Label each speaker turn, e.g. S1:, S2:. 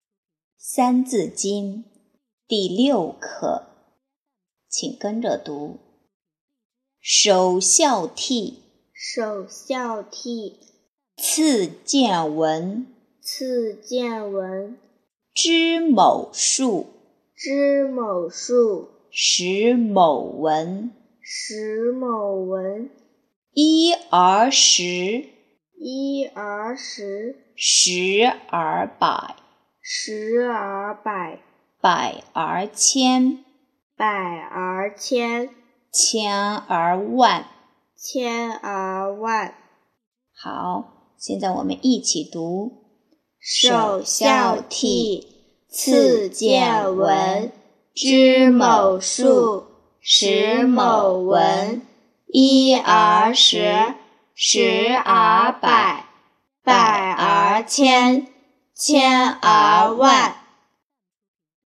S1: 《三字经》第六课，请跟着读：首孝悌，
S2: 首孝悌，
S1: 次见闻，
S2: 次见闻，
S1: 知某数，
S2: 知某数，
S1: 识某文，
S2: 识某文，
S1: 一而十，
S2: 一而十，
S1: 十而百，
S2: 十而百，
S1: 百而千，
S2: 百而千，
S1: 千而万。
S2: 千而万。
S1: 好，现在我们一起读：
S2: 首孝悌，
S1: 次
S2: 次
S1: 见
S2: 见
S1: 闻
S2: 闻，
S1: 知
S2: 知
S1: 某
S2: 某
S1: 数
S2: 数，
S1: 识
S2: 识
S1: 某
S2: 某
S1: 文
S2: 文。
S1: 一而
S2: 而
S1: 十
S2: 十，
S1: 十
S2: 十
S1: 而
S2: 而
S1: 百
S2: 百，
S1: 百
S2: 百
S1: 而
S2: 而
S1: 千
S2: 千，
S1: 千
S2: 千
S1: 而
S2: 而
S1: 万
S2: 万。